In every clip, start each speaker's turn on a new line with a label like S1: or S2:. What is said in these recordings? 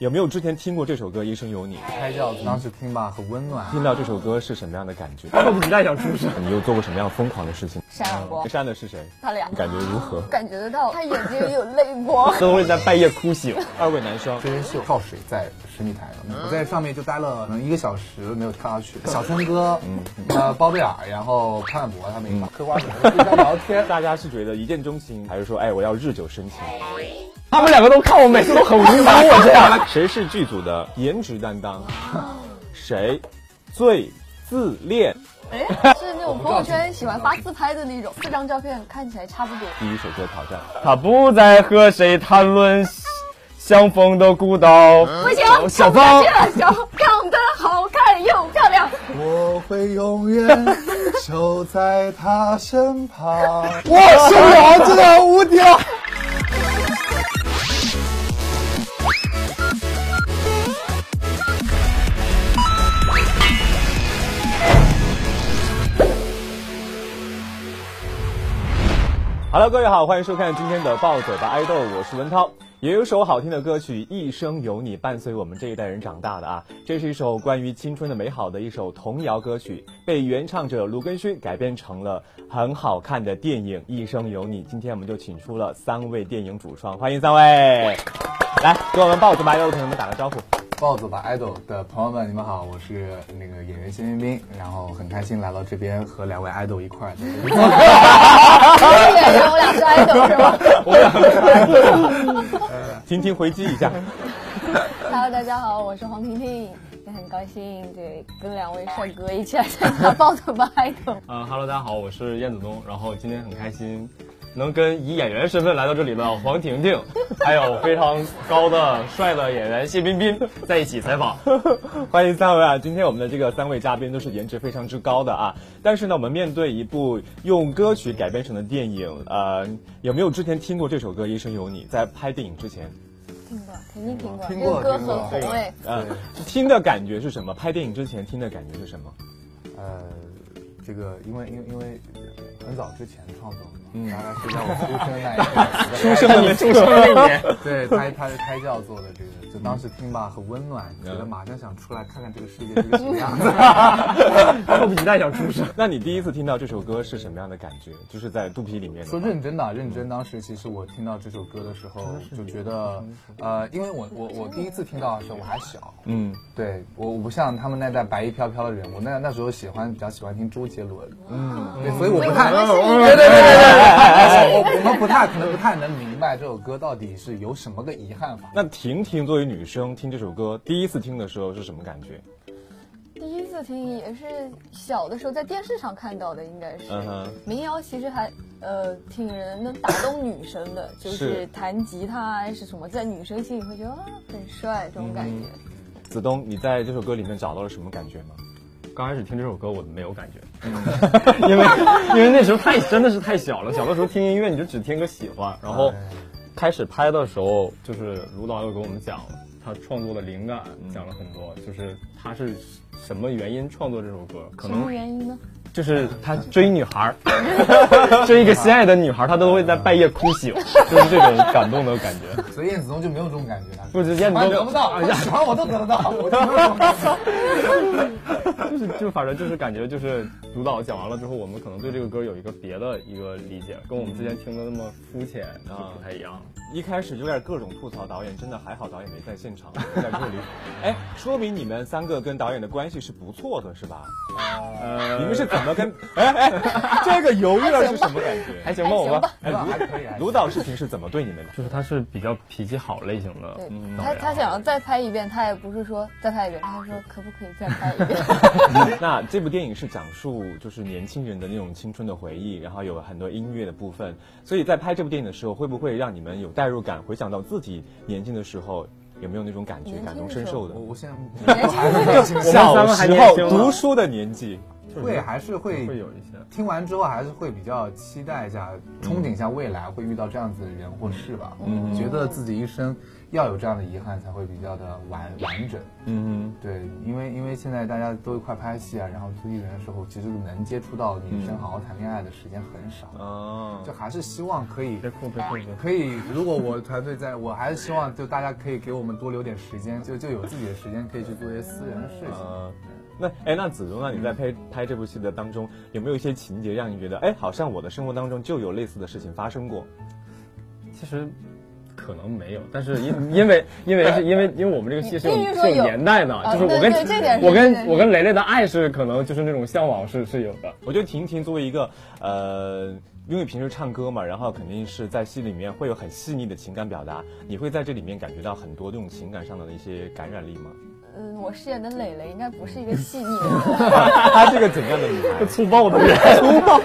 S1: 有没有之前听过这首歌《一生有你》？
S2: 拍照当时听吧，很温暖。
S1: 听到这首歌是什么样的感觉？
S2: 迫不及待想出声。
S1: 你又做过什么样疯狂的事情？
S3: 扇耳光，
S1: 扇的是谁？
S3: 他俩
S1: 嗯你感觉如何？
S3: 感觉得到他眼睛里有泪光。
S4: 都会在半夜哭醒。
S1: 二位男生，
S2: 真人秀跳水在十米台上，我在上面就待了可能一个小时没有跳下去。小春哥，呃，包贝尔，然后潘玮柏他们一块儿嗑瓜子，互相聊天。
S1: 大家是觉得一见钟情，还是说哎我要日久生情？
S4: 他们两个都看我，每次都很无辜，我这样。
S1: 谁是剧组的颜值担当？谁最自恋？
S3: 哎，是那种朋友圈喜欢发自拍的那种，四张照片看起来差不多。
S1: 第一首歌挑战，
S4: 他不再和谁谈论相逢的孤岛。
S3: 不行，
S1: 哦
S4: 小
S3: 芳
S4: 芳，
S3: 小长得好看又漂亮，
S2: 我会永远守在他身 旁。
S4: 我是我，真的很无敌了。
S1: h e 各位好，欢迎收看今天的《暴走吧爱豆》，我是文涛。也有一首好听的歌曲《一生有你》，伴随我们这一代人长大的啊。这是一首关于青春的美好的一首童谣歌曲，被原唱者卢根勋改编成了很好看的电影《一生有你》。今天我们就请出了三位电影主创，欢迎三位，来给我们暴走吧爱豆的朋友们打个招呼。
S2: 暴走吧 idol 的朋友们，你们好，我是那个演员谢冰冰，然后很开心来到这边和两位 idol 一块儿。
S3: 演员我俩是 idol 是吗
S1: 婷婷回击一下，
S3: ？Hello，大家好，我是黄婷婷，也很高兴对跟两位帅哥一起来参加《暴走吧 idol》。
S1: 呃
S4: 嗯哈喽，大家好，我是燕子东，然后今天很开心。能跟以演员身份来到这里的黄婷婷，还有非常高的帅的演员谢彬彬在一起采访，
S1: 欢迎三位啊！今天我们的这个三位嘉宾都是颜值非常之高的啊，但是呢，我们面对一部用歌曲改编成的电影，呃，有没有之前听过这首歌《一生有你》？在拍电影之前，
S3: 听过，肯定听过，
S2: 听
S3: 这
S2: 过
S3: 个歌
S2: 听过
S3: 很红哎。
S1: 呃，听的感觉是什么？拍电影之前听的感觉是什么？
S2: 呃，这个因为因为因为很早之前创作的嘛，大概是在我出生那一刻，
S4: 看 你嗯出生那年，
S2: 对他他是胎教做的这个，就当时听吧很温暖，觉
S4: 嗯
S2: 得马上想出来看看这个世界是个什么样子。
S4: 迫不及待想出生。
S1: 那你第一次听到这首歌是什么样的感觉？就是在肚皮里面的
S2: 说
S1: 吗
S2: 认真的啊，认真。当时其实我听到这首歌的时候，就觉得，呃，因为我我我第一次听到的时候我还小，
S1: 嗯，
S2: 对我我不像他们那代白衣飘飘的人，我那那时候喜欢比较喜欢听周杰伦，嗯，对，所以我不太，对对对对对，我我们不太可能不太能明白这首歌到底是有什么个遗憾法。
S1: 那婷婷作为女生听这首歌，第一次听的时候是什么感觉？
S3: 第一次听也是小的时候在电视上看到的，应该是。
S1: 嗯哼，
S3: 民谣其实还呃挺人能打动女生的，就是
S1: 是
S3: 弹吉他啊是什么，在女生心里会觉得啊很帅这种感觉。
S1: 子东，你在这首歌里面找到了什么感觉吗？
S4: 刚开始听这首歌，我没有感觉， 因为因为那时候太真的是太小了。小的时候听音乐，你就只听个喜欢。然后开始拍的时候，就是卢导又给我们讲他创作的灵感，讲了很多，就是他是什么原因创作这首歌，可
S3: 什么
S4: 能
S3: 原因呢？
S4: 就是他追女孩儿， 追一个心爱的女孩儿，他都会在半夜哭醒，就是这种感动的感觉。
S2: 所以燕子东就没有这种感觉，
S4: 不是 燕子
S2: 我
S4: 都
S2: 得不到，我喜欢我都得不到，我就没有这种感觉。
S4: 就是就反正就是感觉就是主导讲完了之后，我们可能对这个歌有一个别的一个理解，跟我们之前听的那么肤浅就不太一样。
S1: 一开始就在各种吐槽导演，真的还好导演没在现场， 在这里。哎，说明你们三个跟导演的关系是不错的，是吧？
S4: 呃，
S1: 啊你们是怎么跟？哎哎，这个犹豫了是什么感觉？
S4: 还行吧，我吧，
S2: 哎，还可以，
S1: 卢导是平时怎么对你们的？
S4: 就是他是比较脾气好类型的
S3: 对，
S4: 嗯
S3: 他他想要再拍一遍，他也不是说再拍一遍，他说可不可以再拍一遍？
S1: 那这部电影是讲述就是年轻人的那种青春的回忆，然后有很多音乐的部分，所以在拍这部电影的时候，会不会让你们有代入感？回想到自己年轻的时候，有没有那种感觉，
S3: 年轻的
S1: 感同身受的
S2: 我？我现在我还没有
S4: 我们三
S1: 小
S4: 个还
S1: 时
S4: 年
S1: 候
S4: 轻呢
S1: 读书的年纪，
S2: 会还是会
S4: 会有一些。
S2: 听完之后还是会比较期待一下，憧憬一下未来会遇到这样子的人或事吧。嗯，觉得自己一生要有这样的遗憾才会比较的完完整。
S4: 嗯
S2: 对，因为因为现在大家都一块拍戏啊，然后做艺人的时候，其实能接触到女生好好谈恋爱的时间很少，
S1: 嗯
S4: 啊
S1: 哦
S2: 就，还是希望可以
S4: 别哭别哭别哭。
S2: 可以，如果我团队在，我还是希望就大家可以给我们多留点时间，就就有自己的时间可以去做一些私人的事情。
S1: 啊，那哎，那子荣啊，你在拍拍这部戏的当中，有没有一些情节让你觉得，哎，好像我的生活当中就有类似的事情发生过？
S4: 其实可能没有，但是因因为因为是因为因为我们这个戏是有
S3: 你必须说
S4: 是有
S3: 有
S4: 年代的，
S3: 啊
S4: 就是我跟
S3: 对对这点是
S4: 我
S3: 这点
S4: 跟
S3: 是
S4: 我跟雷雷的爱是可能就是那种向往是是有的。
S1: 我觉得婷婷作为一个呃，因为平时唱歌嘛，然后肯定是在戏里面会有很细腻的情感表达，你会在这里面感觉到很多这种情感上的一些感染 力吗？
S3: 嗯，我饰演的蕾蕾应该不是一个细腻的 人，
S1: 她是一个怎样的女孩？
S4: 粗暴的啊人，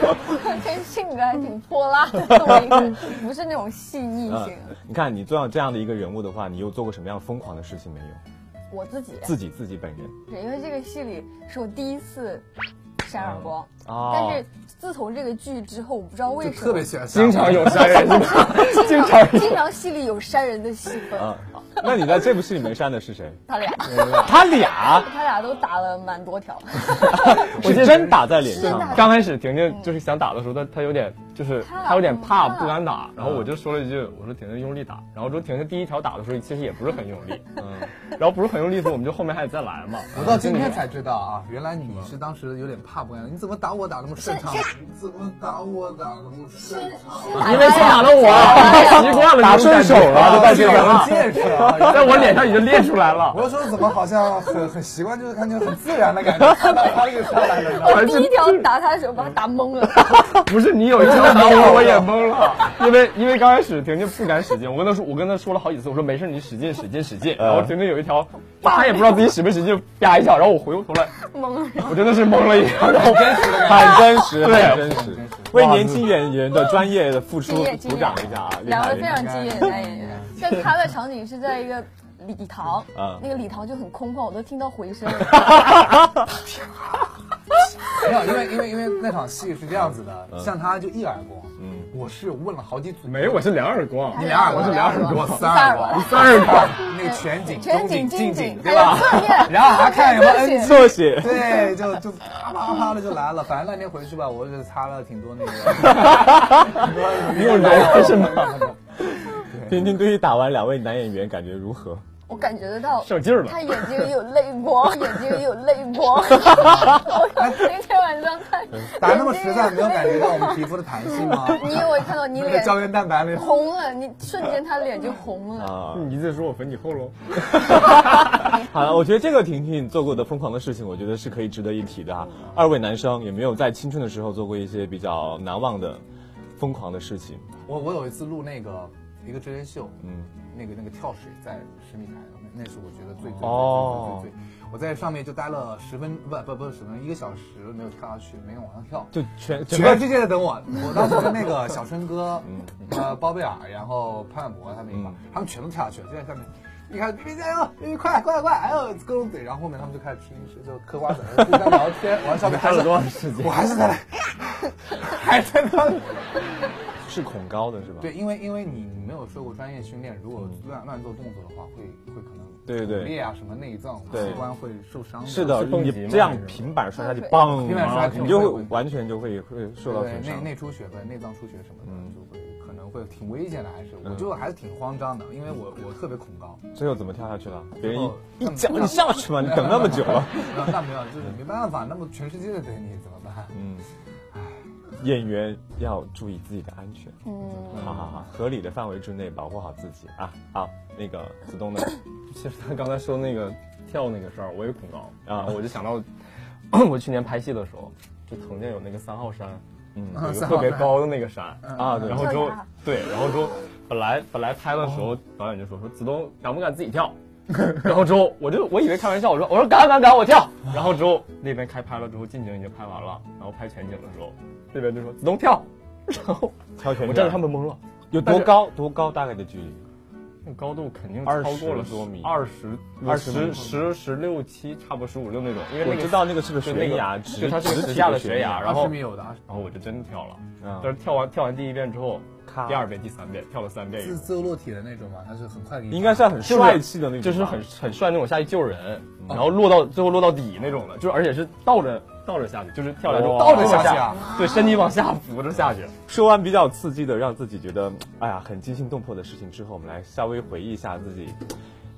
S3: 这性格还挺泼辣的这么一个 人，不是那种细腻型。
S1: 你看你做到这样的一个人物的话，你有做过什么样疯狂的事情 没有？
S3: 我自己
S1: 自己自己本人
S3: 是因为这个戏里是我第一次扇耳光，
S1: 哦
S3: 但是自从这个剧之后，我不知道为
S2: 就
S3: 什么
S2: 特别喜欢下
S4: 经 常有山人，
S3: 经
S4: 经
S3: 常
S4: 常
S3: 经常戏里有扇人的戏份，
S1: 啊、那你在这部戏里面扇的是谁？
S3: 他俩
S2: 嗯
S1: 他俩
S3: 他俩都打了蛮多条，
S1: 是真打在脸
S3: 真
S1: 上
S3: 的
S1: 吗？
S4: 刚开始婷婷就是想打的时候，她她有点就是
S3: 她
S4: 她有点怕
S3: 怕
S4: 不敢
S1: 嗯
S4: 打，然后我就说了一句，我说婷婷用力打，然后说婷婷第一条打的时候其实也不是很用 力，嗯，然后不是很用力的时候，我们就后面还得再来嘛。嗯
S2: 我到今天才知道啊，原来你是当时有点怕不敢，你怎么打我打那么顺畅？你怎么打我打那么顺畅？
S4: 因为先打了我，习惯
S1: 哎
S4: 了
S1: 打顺手了
S4: 就
S1: 就到
S4: 到
S1: 这
S4: 这
S1: 个
S4: 个
S2: 有
S4: 了，
S2: 见识啊！原来
S4: 在我脸上已经练出来 了。
S2: 我说怎么好像很很习惯，就是感觉很自然的感觉， 看到他就上来了。
S3: 我第一条打他的时候把他打懵 了，
S4: 不是你有一条打我，我也懵了，因为因为刚开始婷婷不敢使劲，我跟她说，我跟她说了好几次，我说没事，你使劲使劲使劲，
S1: 嗯
S4: 然后婷婷有一条，她也不知道自己使不使劲，啪一下，然后我回过头来，
S3: 懵了。
S4: 我真的是懵了一下，然后
S2: 真实的
S1: 很
S2: 感
S1: 真实，
S4: 对
S1: 很真
S2: 啊
S1: 实，为年轻演员的专业的付出
S3: 敬业敬
S1: 鼓
S3: 业
S1: 掌一下啊！厉
S3: 两
S1: 害
S3: 位
S1: 厉
S3: 非
S1: 害
S3: 常敬业的男演员，但他的场景是在一个礼堂，
S2: 啊
S1: 嗯
S3: 那个礼堂就很空旷，我都听到回声了。
S2: 没有，因为因为因为那场戏是这样子的，像他就一耳光，嗯，我是问了好几组，
S4: 没，我是两耳光，
S2: 你俩耳光，
S3: 我是
S2: 俩
S3: 两
S2: 耳
S3: 耳
S2: 光，
S3: 光
S2: 我三耳光，你三耳光，那个全景、
S3: 全
S2: 中景、
S3: 景、
S2: 近
S3: 近景
S2: 景，，
S3: 还
S2: 对
S3: 有
S2: 吧？
S3: 侧面，
S2: 然后还看 什么 NG，
S1: 特写，
S2: 对，就就啪啪啪的就来了。反正那天回去吧，我就擦了挺多那个，你
S4: 有人
S2: 了
S4: 是吗？
S1: 婷婷对于打完两位男演员感觉如何？
S3: 我感觉得到
S4: 上劲儿
S3: 他
S4: 了，
S3: 眼睛里有泪 光，眼睛里有泪光。我那天晚上看，
S2: 嗯打那么实在，没有感觉到我们皮肤的弹性吗？
S3: 你以为看到你
S2: 那个
S3: 脸
S2: 胶原蛋白没有？
S3: 红了，你瞬间他脸就红了。
S1: 啊，
S4: 你一直说我粉你后喽，
S1: 好了，我觉得这个婷婷做过的疯狂的事情，我觉得是可以值得一提的啊。二位男生有没有在青春的时候做过一些比较难忘的疯狂的事情？
S2: 我我有一次录那个一个真人秀，嗯，那个那个跳水在十米台上面，那是我觉得最最最
S1: 哦
S2: 最最最最，我在上面就待了十分不不不是十分钟一个小时没有跳下去，没有往上跳。
S1: 就嗯全整
S2: 全
S1: 个
S2: 世界在等我，我当时跟那个小春哥、呃包贝尔，然后潘玮柏他们一
S1: 嗯
S2: 块儿，他们全都跳下去了，就在下面。一开始别加油，别快快快！哎呦，各种怼，然后后面他们就开始吃零食，就嗑瓜子儿，互相聊天。我在上面还是
S4: 多少时 间？
S2: 我还是在那，还在那。
S1: 是恐高的是吧？
S2: 对，因为因为你没有受过专业训练，如果乱乱做动作的话，会会可能
S1: 对对
S2: 骨裂啊，什么内脏
S1: 对
S2: 器官会受伤。
S1: 是的，
S4: 是蹦
S1: 你
S4: 极吗
S1: 这样平板摔下去，
S3: 对
S1: 砰，
S2: 平板摔下去
S1: 你就
S2: 会
S1: 会完全就会会受到
S2: 对
S1: 损
S2: 内
S1: 伤。
S2: 内出血和内脏出血什么的，就会可能会挺危险的。还是我就还是挺慌张的，因为我我特别恐高。
S1: 最后怎么跳下去了？别人
S2: 最后
S1: 一一脚你下去嘛，你等那么久 了。
S2: 那没有，就是没办法，那么全世界的等你怎么办？
S1: 嗯，演员要注意自己的安全。
S3: 嗯，
S1: 好好好，合理的范围之内保护好自己啊。好，那个子东 呢？
S4: 其实他刚才说那个跳那个事儿，我也恐高
S1: 啊
S4: 然后我就想到 我去年拍戏的时候，就曾经有那个三号山，
S1: 嗯
S4: 有 一个
S2: 三
S4: 特
S2: 号
S4: 别
S2: 山
S4: 高的那个山
S1: 啊，对
S4: 然，后之后
S3: 跳崖
S4: 对，然后之后本来本来拍的时候，导演就说说子东敢不敢自己跳，然后之后我就我以为开玩笑，我说我说敢敢敢我跳，然后之后那边开拍了之后近景已经拍完了，然后拍全景的时候，那边就说子东跳，然后
S1: 挑选
S4: 我站着他们懵了，
S1: 有多高？多高？大概的距离？
S4: 应个高度肯定
S1: 20
S4: 超过了
S1: 多米
S4: 二十
S1: 20
S4: 二十十十六七，差不多十五六那种，因为那
S1: 我
S4: 个
S1: 知道那个是个
S4: 就
S1: 悬
S4: 那
S1: 崖，
S4: 个
S1: 直
S4: 对它是
S1: 直
S4: 个
S1: 体
S4: 直下
S1: 的
S4: 的悬崖，然
S2: 二
S4: 后
S2: 十米有的，20
S4: 然后我就真的跳了，
S1: 嗯
S4: 但是跳完跳完第一遍之后
S1: 咔，
S4: 第二遍、第三遍跳了三遍以
S2: 是
S4: 后，
S2: 自由落体的那种嘛，它是很快给你
S1: 应该算很
S4: 就是
S1: 帅气的那种吧，
S4: 就是很很帅那嗯种下去救人，然后落到最后落到底那种的，就是而且是倒着倒着下去，就是跳来之后
S1: 哇倒
S2: 着
S4: 哦
S2: 下去啊，
S4: 对，身体往下扶着下去。
S1: 说完比较刺激的，让自己觉得哎呀很惊心动魄的事情之后，我们来稍微回忆一下自己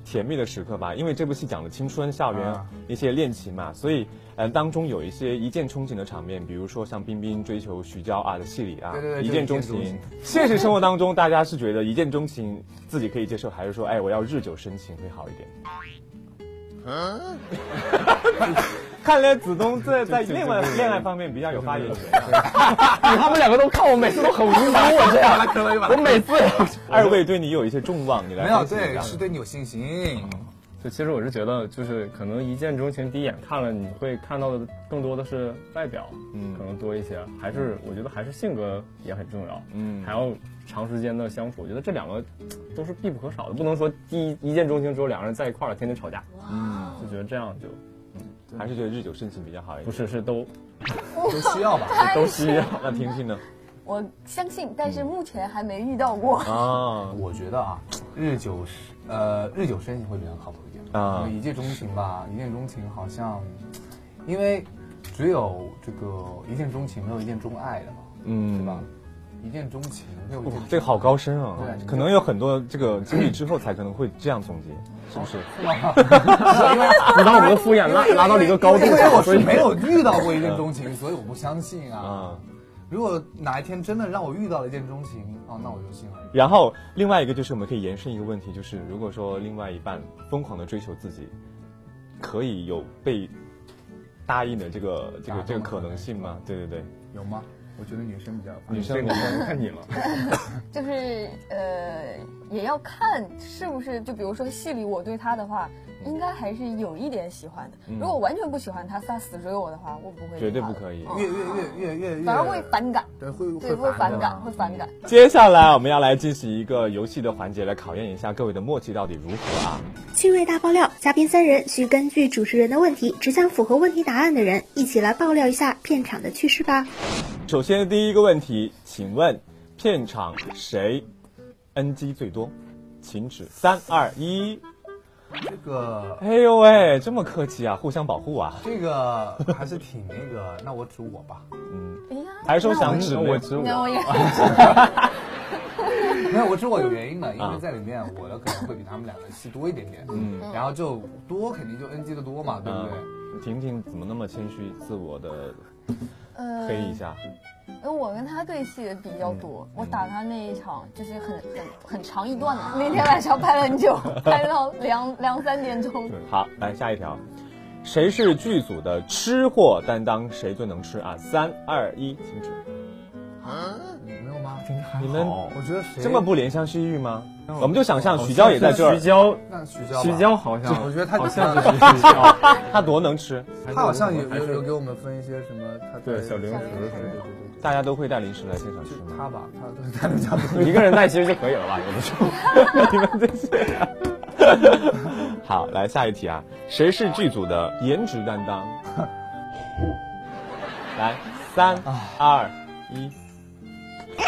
S1: 甜蜜的时刻吧。因为这部戏讲的青春、校园、
S2: 啊
S1: 一些恋情嘛，所以呃当中有一些一见钟情的场面，比如说像冰冰追求徐娇啊的戏里啊，
S2: 对对对
S1: 一见钟
S2: 就是一见
S1: 情
S2: 钟。
S1: 现实生活当中，大家是觉得一见钟情自己可以接受，还是说哎我要日久生情会好一点？ 看来子东在在
S4: 这
S1: 恋爱
S4: 这这
S1: 恋爱方面比较有发言权。
S4: 你他们两个都看我，每次都很无辜，我这样，我每次。
S1: 二位对你有一些众望，你来
S2: 没有
S1: 分析一
S2: 对，
S1: 下
S2: 是对你有信心。
S4: 就其实我是觉得，就是可能一见钟情，第一眼看了，你会看到的更多的是外表，
S1: 嗯
S4: 可能多一些，还是我觉得还是性格也很重要，
S1: 嗯
S4: 还要长时间的相处，我觉得这两个都是必不可少的，不能说第一一见钟情之后两个人在一块儿了，天天吵架，
S1: 嗯，
S4: 就觉得这样就
S1: 还是觉得日久生情比较好一点。啊
S4: 不，是是都
S2: 都需要吧。
S4: 都 需要。
S1: 那婷婷呢？
S3: 我相信，但是目前还没遇到过。
S1: 啊，
S2: 我觉得啊，日久生呃日久生情会比较靠谱一点
S1: 啊
S2: 一见钟情吧，一见钟情好像，因为只有这个一见钟情没有一见钟爱的嘛，
S1: 嗯
S2: 是吧？一见钟情没有一见钟爱
S1: 这个好高深啊
S2: 对！
S1: 可能有很多这个经历之后才可能会这样总结，是不是？
S4: 你把我们的敷衍拉拉到了一个高度
S2: 因为因为，我
S4: 所
S2: 是
S4: 以
S2: 没有遇到过一见钟情，所以我不相信啊
S1: 啊。
S2: 如果哪一天真的让我遇到了一见钟情，哦，那我就信了。
S1: 然后另外一个就是我们可以延伸一个问题，就是如果说另外一半疯狂的追求自己，可以有被答应的这个这个这个可能性吗？对对对，
S2: 有吗？我觉得女生比较
S1: 女生
S4: 这个我看你了，
S3: 就是呃，也要看是不是，就比如说戏里我对他的话，应该还是有一点喜欢的。如果完全不喜欢他，他死追我的话，我不会，
S1: 绝对不可以。
S2: 越越越越越越，
S3: 反而会反感，
S2: 对会嗯
S3: 对，会反
S2: 的
S3: 感，会反感。
S1: 接下来我们要来进行一个游戏的环节，来考验一下各位的默契到底如何啊！
S5: 趣味大爆料，嘉宾三人需根据主持人的问题指向符合问题答案的人，一起来爆料一下片场的趣事吧。
S1: 首先第一个问题，请问片场谁 NG 最多？请指三二一。
S2: 这个
S1: 哎呦喂，这么客气啊，互相保护啊。
S2: 这个还是挺那个，那我指我吧。
S1: 嗯
S3: 哎呀，
S1: 还说想
S3: 那
S1: 指
S4: 我指
S3: 我那
S4: 我，
S3: 我也
S2: 没有，我指我有原因的，因为在里面我的可能会比他们两个戏多一点点，嗯，然后就多肯定就 NG 的多嘛，对不对？
S4: 嗯
S1: 婷婷怎么那么谦虚自我的
S3: 呃
S1: 黑一下？
S3: 因为我跟他对戏的比较多，我打他那一场就是很很很长一段的，那天晚上拍了很久，拍到两两三点钟。
S1: 嗯好，来下一条，谁是剧组的吃货担当？谁最能吃啊？三二一，请指。
S2: 没有吗？
S1: 你们
S2: 我觉得谁
S1: 这么不怜香惜玉吗？
S3: 哦
S1: 我们就想象徐娇也在这
S4: 徐
S1: 儿，
S4: 娇，
S2: 那徐娇吧，
S4: 徐娇好像，
S2: 我觉得她
S4: 好像是徐娇，
S1: 她多能吃，
S2: 他好像有
S4: 还
S2: 有
S4: 是
S2: 有给我们分一些什么，他
S4: 对小零
S2: 对
S4: 食
S2: 对对
S4: 什么的
S2: 对对
S1: 大家都会带零食来现场吃
S2: 对，就
S1: 吗？
S2: 他吧，他他们家不
S4: 一个人带其实就可以了吧？有的时 候。
S1: 你们这些。好，来下一题啊，谁是剧组的颜值担当？来，三二一，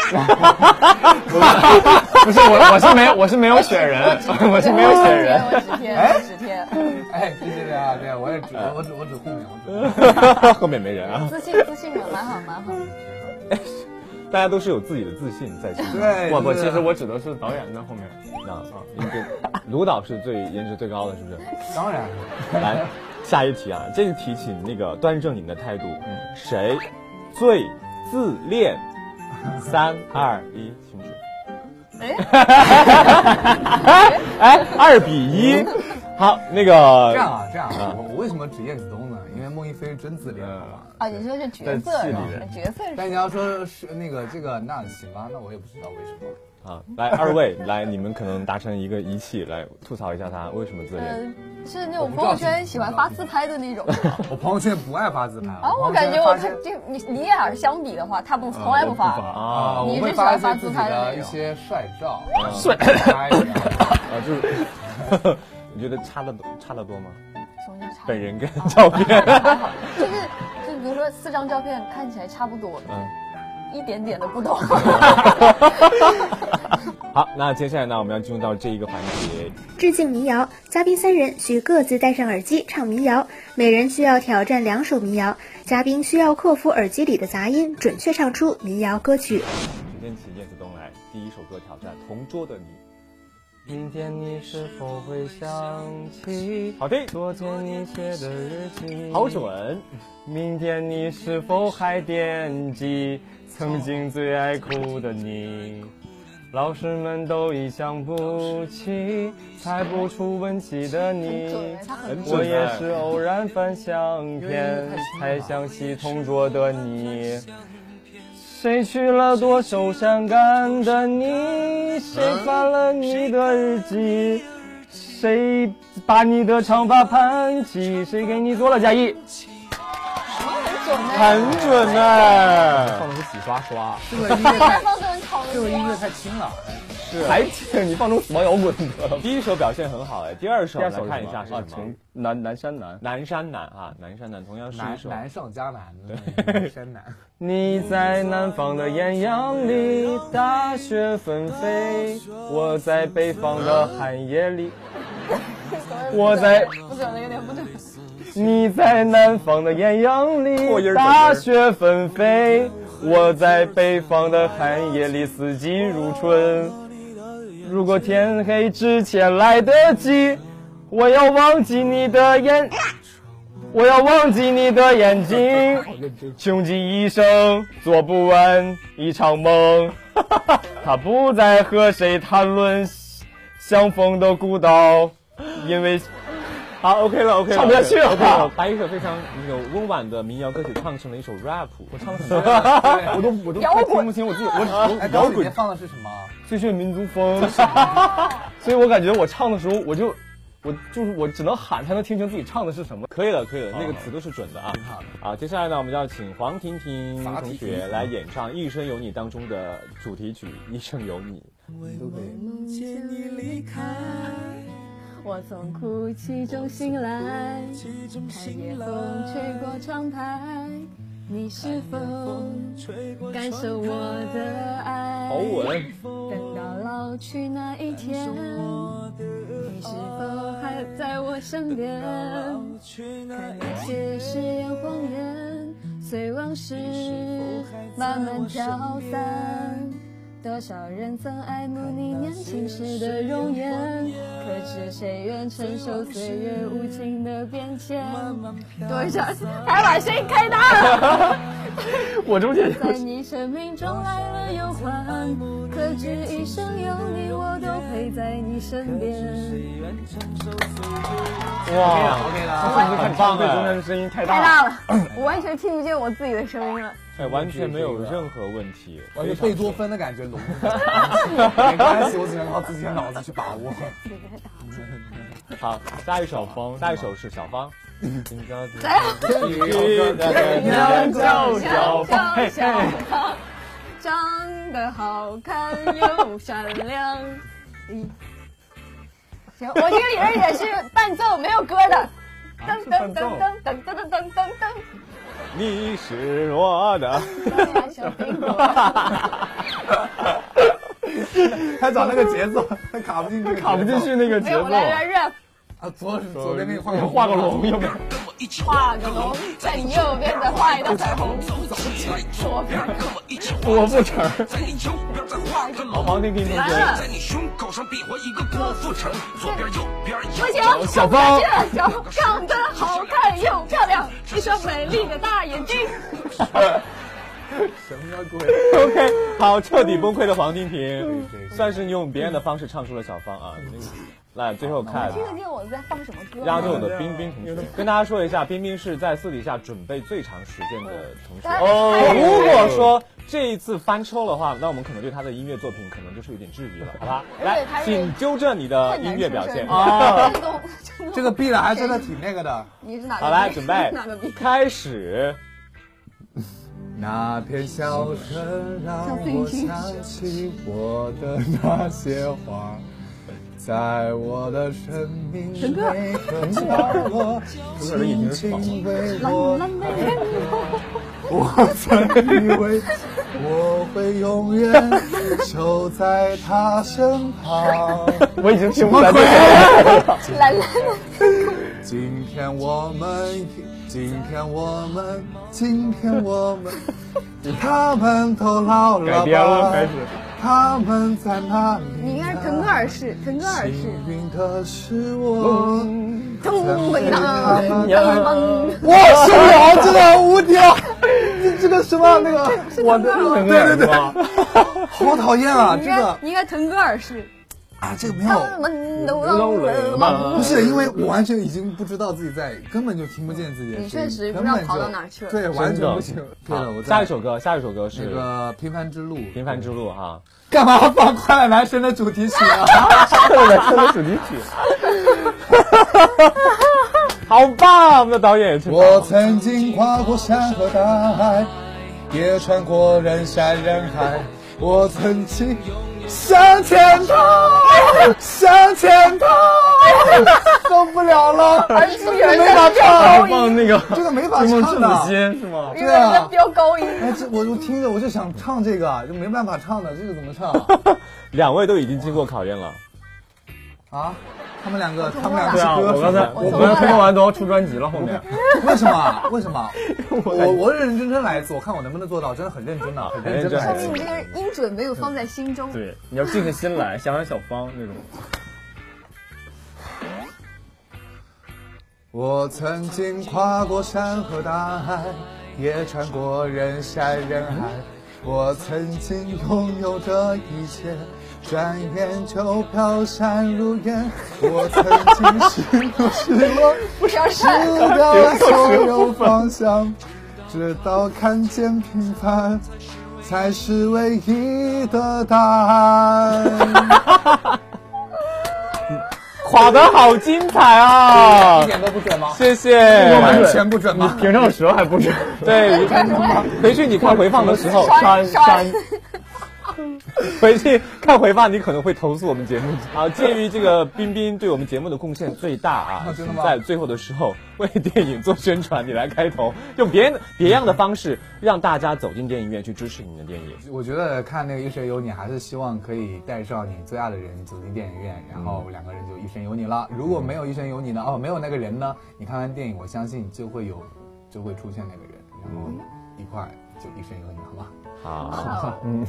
S4: 不是 我，我是没有，我是没有选人，我是没有选人。
S3: 我指天，我指天，我指天，
S2: 哎，对对对啊，对，我也指我指我指后面，我指
S1: 后面没人啊，
S3: 自信自信的，蛮好蛮好。
S1: 大家都是有自己的自信在身上。
S2: 对，
S4: 我我
S2: 对
S4: 其实我指的是导演在后面。
S1: 啊，应该卢导是最颜值最高的，是不是？
S2: 当然
S1: 来，下一题啊，这一题请那个端正你们的态度。
S2: 嗯
S1: 谁最自恋？三二一，请 指。
S3: 哎，
S1: 哎，二比一。好，那个
S2: 嗯这样啊这样啊，我我为什么指燕子东呢？因为孟一飞是真自恋，好吧？
S3: 啊，你说是角色
S4: 在戏
S3: 是
S4: 里
S3: 吧
S4: 面？
S3: 角色
S2: 但
S3: 是
S2: 你要说是那个这个，那行吧，那我也不知道为什么。
S1: 啊，来二位，来你们可能达成一个一气，来吐槽一下他为什么自
S2: 嗯
S1: 恋。
S3: 呃，是那种朋友圈喜欢发自拍的那种。
S2: 我朋友圈不爱发自拍
S3: 啊，我
S2: 朋友
S3: 感
S2: 圈
S3: 觉我
S2: 发
S3: 看
S2: 些
S3: 这你你俩相比的话，他不从来不发。
S1: 啊
S2: 我
S3: 你
S2: 会
S3: 是喜欢
S2: 一些啊
S3: 发
S2: 自
S3: 自
S2: 己
S3: 拍的
S2: 的
S3: 那
S2: 一
S3: 种
S2: 些帅照，帅拍的，
S1: 啊，就是 你觉得差的差得多 吗？
S6: 什么叫差？
S1: 本人跟照片，
S6: 就是就比如说四张照片看起来差不多，
S1: 嗯。
S6: 一点点的不同。
S1: 好，那接下来呢，我们要进入到这一个环节，
S5: 致敬民谣，嘉宾三人需各自戴上耳机唱民谣，每人需要挑战两首民谣，嘉宾需要克服耳机里的杂音，准确唱出民谣歌曲。
S1: 陈建奇、叶子东来第一首歌挑战《同桌的你
S4: 明天你是否会想起》，
S1: 好听，
S4: 昨天你写的日记？
S1: 好！准。
S4: 明天你是否还惦记曾经最爱哭的你？老师们都已想不起，猜不出问题的你。
S6: 他很
S1: 准
S4: 我也
S1: 哎
S4: 是偶然翻相片，才想起同桌的你。谁去了多愁善感的你？谁翻了你的日记？谁把你的长发盘起？谁给你做了嫁衣？
S6: 很准的。
S1: 很准哎、
S7: 放的是洗刷刷，
S2: 这个音乐太
S6: 方跟人吵
S2: 这个音乐太轻了，
S7: 还挺你放出死亡摇滚的。
S1: 第一首表现很好哎、第二首
S7: 第二首
S1: 来看一下是
S7: 啊，
S1: 什么
S7: 从？南南山南。
S1: 南山南啊，南山南同样是一
S2: 难
S1: 首
S2: 难上加难， 对，山难。
S4: 你在南方的艳阳里，大雪纷飞；我在北方的寒夜里。我在
S6: 不准的有点不准。
S4: 你在南方的艳阳
S1: 过音
S4: 里，
S1: 儿
S4: 大雪纷飞；我在北方的寒夜里，四季如春。如果天黑之前来得及，我要忘记你的眼，我要忘记你的眼睛，穷极一生做不完一场梦。 他不再和谁谈论相逢的孤岛，因 为。
S1: 好 OK 了 OK 了，
S4: 唱不下去了
S1: OK 了，把一首非常那个温婉的民谣歌曲唱成了一首 rap，我唱的很
S7: 我都我都
S6: 摇滚
S7: 听不清我自己，我
S2: 哎，
S7: 我
S2: 刚
S7: 摇
S2: 里
S7: 滚
S2: 面放的是什么？
S4: 最炫民族 风，所以我感觉我唱的时候，我就我就是我只能喊才能听清自己唱的是什么。
S1: 可以了可以了，那个词都是准的啊。
S2: 好的
S1: 好，接下来呢，我们要请黄婷婷
S2: 啥
S1: 同
S2: 题
S1: 学来演唱《一生有你》当中的主题曲《一生有你》。
S2: 都可以。
S3: 梦见你离开，我从哭泣中醒来，寒夜风吹过窗台，你是否感受我的爱？
S1: 好稳，
S3: 等到老去那一天，你是否还在我身边？看那些誓言谎言，随往事慢慢飘散。多少人曾爱慕你年轻时的容颜，可知谁愿承受岁月无情的变迁？
S6: 多少？还把声音开大了。
S7: 我中间
S3: 在你生命中来了又还，可知一生有你，我都陪在你身边。
S1: 哇
S2: ，OK
S1: 哇
S2: 了。
S1: 很
S4: 啊
S1: 棒
S7: 对中
S1: 哎
S7: 间！的声音太
S6: 太
S7: 大了。
S6: 大了，我完全听不见我自己的声音了。
S1: 哎，完全没有任何问题，
S2: 我有
S1: 非常
S2: 贝多芬的感觉笼住 了，没关系，我只能靠自己的脑子去把 握。
S1: 好。下一首风，下一首是小芳。
S3: 娘叫小
S7: 芳
S3: 芳，小芳长得好看又善良。
S6: 行，我这个里面也是伴奏，没有歌的。噔
S7: 是
S6: 噔
S7: 伴
S6: 噔
S7: 奏
S6: 噔噔噔噔噔噔
S1: 你是我的。
S6: 噔，小苹果，
S2: 他找那个节 奏，他卡不进去，
S7: 卡不进去。那个
S6: 没
S7: 节
S6: 有，
S7: 奏
S6: 我，来来 rap，
S2: 啊，左左边给你画 个
S7: 我画个龙，右边
S6: 画个龙，在你右边再画一道彩虹，左边
S7: 我不成。
S1: 好，黄婷婷同
S6: 完
S1: 学，
S6: 了，不
S8: 不
S6: 行，
S7: 小
S6: 看
S7: 芳
S6: 不下去了，小芳长得好看又漂亮，一双美丽的大眼睛。
S2: 什么鬼？
S1: OK，好，彻底崩溃的黄婷婷，算是你用别人的方式唱出了小芳啊。那个来，最后看。
S6: 听得见嗯我在放什么歌
S1: 压
S6: 吗？
S1: 轴的冰冰同学，跟大家说一下，冰冰是在私底下准备最长时间的同学。
S6: 哦
S1: 如果说这一次翻车的话，那我们可能对他的音乐作品可能就是有点质疑了，好吧？来
S6: 而且他，是
S1: 请纠正你的音乐表现。好，
S6: 啊，这个这
S2: 这
S6: 个
S2: 个闭了还真的挺那个的。
S6: 你是哪个？
S1: 来，准备
S6: 哪个逼？
S1: 开始。
S2: 那片笑声让我想起我的那些花，在我的生命每个角落，紧紧为我我曾以为我会永远守在他身旁，
S4: 我已经听不出来这
S3: 来来，
S2: 今天我们，今天我们，今天我们， 他们都老了吧？
S4: 改编了开始
S2: 他们在哪里？
S3: 你应该是腾格尔式，腾格尔式
S2: 幸，运的是我，
S3: 咚
S2: 曾被
S3: 咚
S2: 他
S3: 当
S2: 们
S3: 当，
S2: 哇，受不了，这个无敌啊！这这个什么那 个，
S4: 我的整个耳朵，
S2: 好讨厌啊！
S3: 你应
S2: 这
S3: 该
S2: 个
S3: 你应该腾格尔式，
S2: 啊，这个没有。
S3: 他们都老了
S2: 不是，因为我完全已经不知道自己在，根本就听不见自己的声音。
S3: 你确实不
S2: 根
S3: 知道
S2: 本就
S3: 跑到哪儿去了
S2: 对，完全不行
S1: 真。
S2: 对了，
S1: 好
S2: 我
S1: 下
S2: 在
S1: 一首歌，下一首歌
S2: 那
S1: 是《
S2: 个《平凡之路》。
S1: 平凡之路》哈。
S2: 干嘛放《快乐男生》的主题曲啊？
S4: 快乐男生的主题曲。
S1: 好棒！我们的导演也去
S2: 我曾经跨过山和大海，也穿过人山人海。我曾经向前 跑，向前跑，受哎不了了，这个没法
S4: 还
S2: 唱，
S4: 放那个
S2: 这个没法
S4: 追梦
S2: 唱
S4: 赤 子
S2: 的。啊
S4: 心是吗？
S3: 因为要飙高音。
S2: 哎，这我我听着我就想唱这个，就没办法唱的，这个怎么唱
S1: 两位都已经经过考验了，
S2: 啊？他们 两个，他们两个
S4: 对
S2: 是
S4: 啊，
S2: 歌手，
S4: 我刚才
S3: 我
S4: 我
S3: 从
S4: 刚才
S3: 来
S4: 推荐完都要出专辑了，后面
S2: 为什么？为什么？ 我我认认真真来一次，我看我能不能做到，真的很认真的，啊很认真地来
S3: 说
S2: 一次
S3: 明。你这个音准没有放在心中。
S4: 对，你要静下心来，想想小芳那种。
S2: 我曾经跨过山和大海，也穿过人山人海。我曾经拥有这一切，转眼就飘散如烟。我曾经失落失落，
S3: 不是要
S2: 失掉了所有方向，直到看见平凡才是唯一的答案。
S1: 垮的好精彩啊！
S2: 点都不准吗？
S1: 谢谢。
S2: 完全不准吗？
S4: 平常有舌还不准，
S1: 对，你看，回去你看回放的时候，
S3: 刷刷
S1: 回去看回放，你可能会投诉我们节目。啊，鉴于这个冰冰对我们节目的贡献最大啊，
S2: 啊真的吗
S1: 在最后的时候为电影做宣传，你来开头，用别人别样的方式让大家走进电影院去支持你们的电影。
S2: 我觉得看那个《一生有你》，还是希望可以带上你最爱的人走进电影院，然后两个人就一生有你了。
S4: 嗯
S2: 如果没有一生有你呢？哦，没有那个人呢？你看完电影，我相信就会有，就会出现那个人，然后一块儿就一生有你，好吗？
S1: 好，
S3: 哦
S1: 嗯，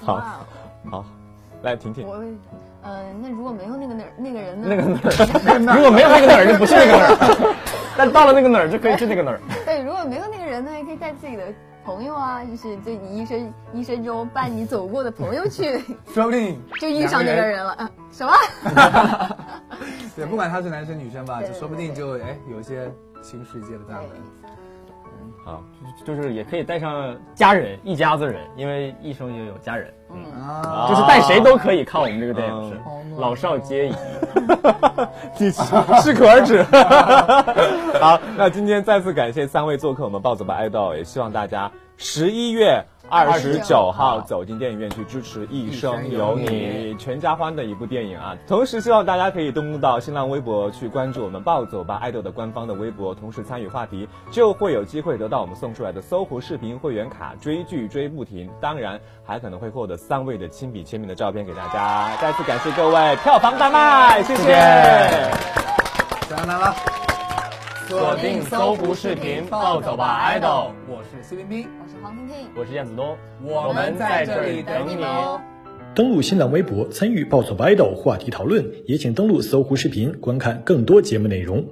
S1: 好，
S3: 哇哦
S1: 好，来婷婷，
S3: 我，呃，那如果没有那个那儿那个人呢？
S4: 那个哪儿，
S3: 啊
S4: 如果没有那个哪儿就不是那个哪儿， 但到了那个哪儿就可以是那个哪儿。
S3: 对，如果没有那个人呢，也可以带自己的朋友啊，就是这你一生一生中伴你走过的朋友去，
S2: 说不定
S3: 就遇上那个人了。啊，什么？
S2: 对，不管他是男生女生吧，
S3: 对
S2: 就说不定就哎有一些新世界的大门。
S1: 好，
S4: 就是也可以带上家人，一家子人，因为一生也有家人，嗯，
S1: 啊
S2: 啊
S4: 就是带谁都可以看我们这个电影是老少皆宜。
S1: 你 适可而止。 好，那今天再次感谢三位做客我们暴走吧爱豆，也希望大家十一月二十九号走进电影院去支持《一生有
S2: 一生
S1: 你》，全家欢的一部电影啊！同时希望大家可以登录到新浪微博去关注我们暴走吧爱豆的官方的微博，同时参与话题，就会有机会得到我们送出来的搜狐视频会员卡，追剧追不停，当然还可能会获得三位的亲笔签名的照片给大家。再次感谢各位票房大卖，谢谢
S2: 当然了，
S4: 锁定搜狐视频暴走吧 idol
S2: 我是谢冰冰，
S3: 我是黄婷婷，
S4: 我是燕子东，
S2: 我
S4: 们在这里等你哦。
S6: 登录新浪微博参与暴走吧 idol 话题讨论，也请登录搜狐视频观看更多节目内容。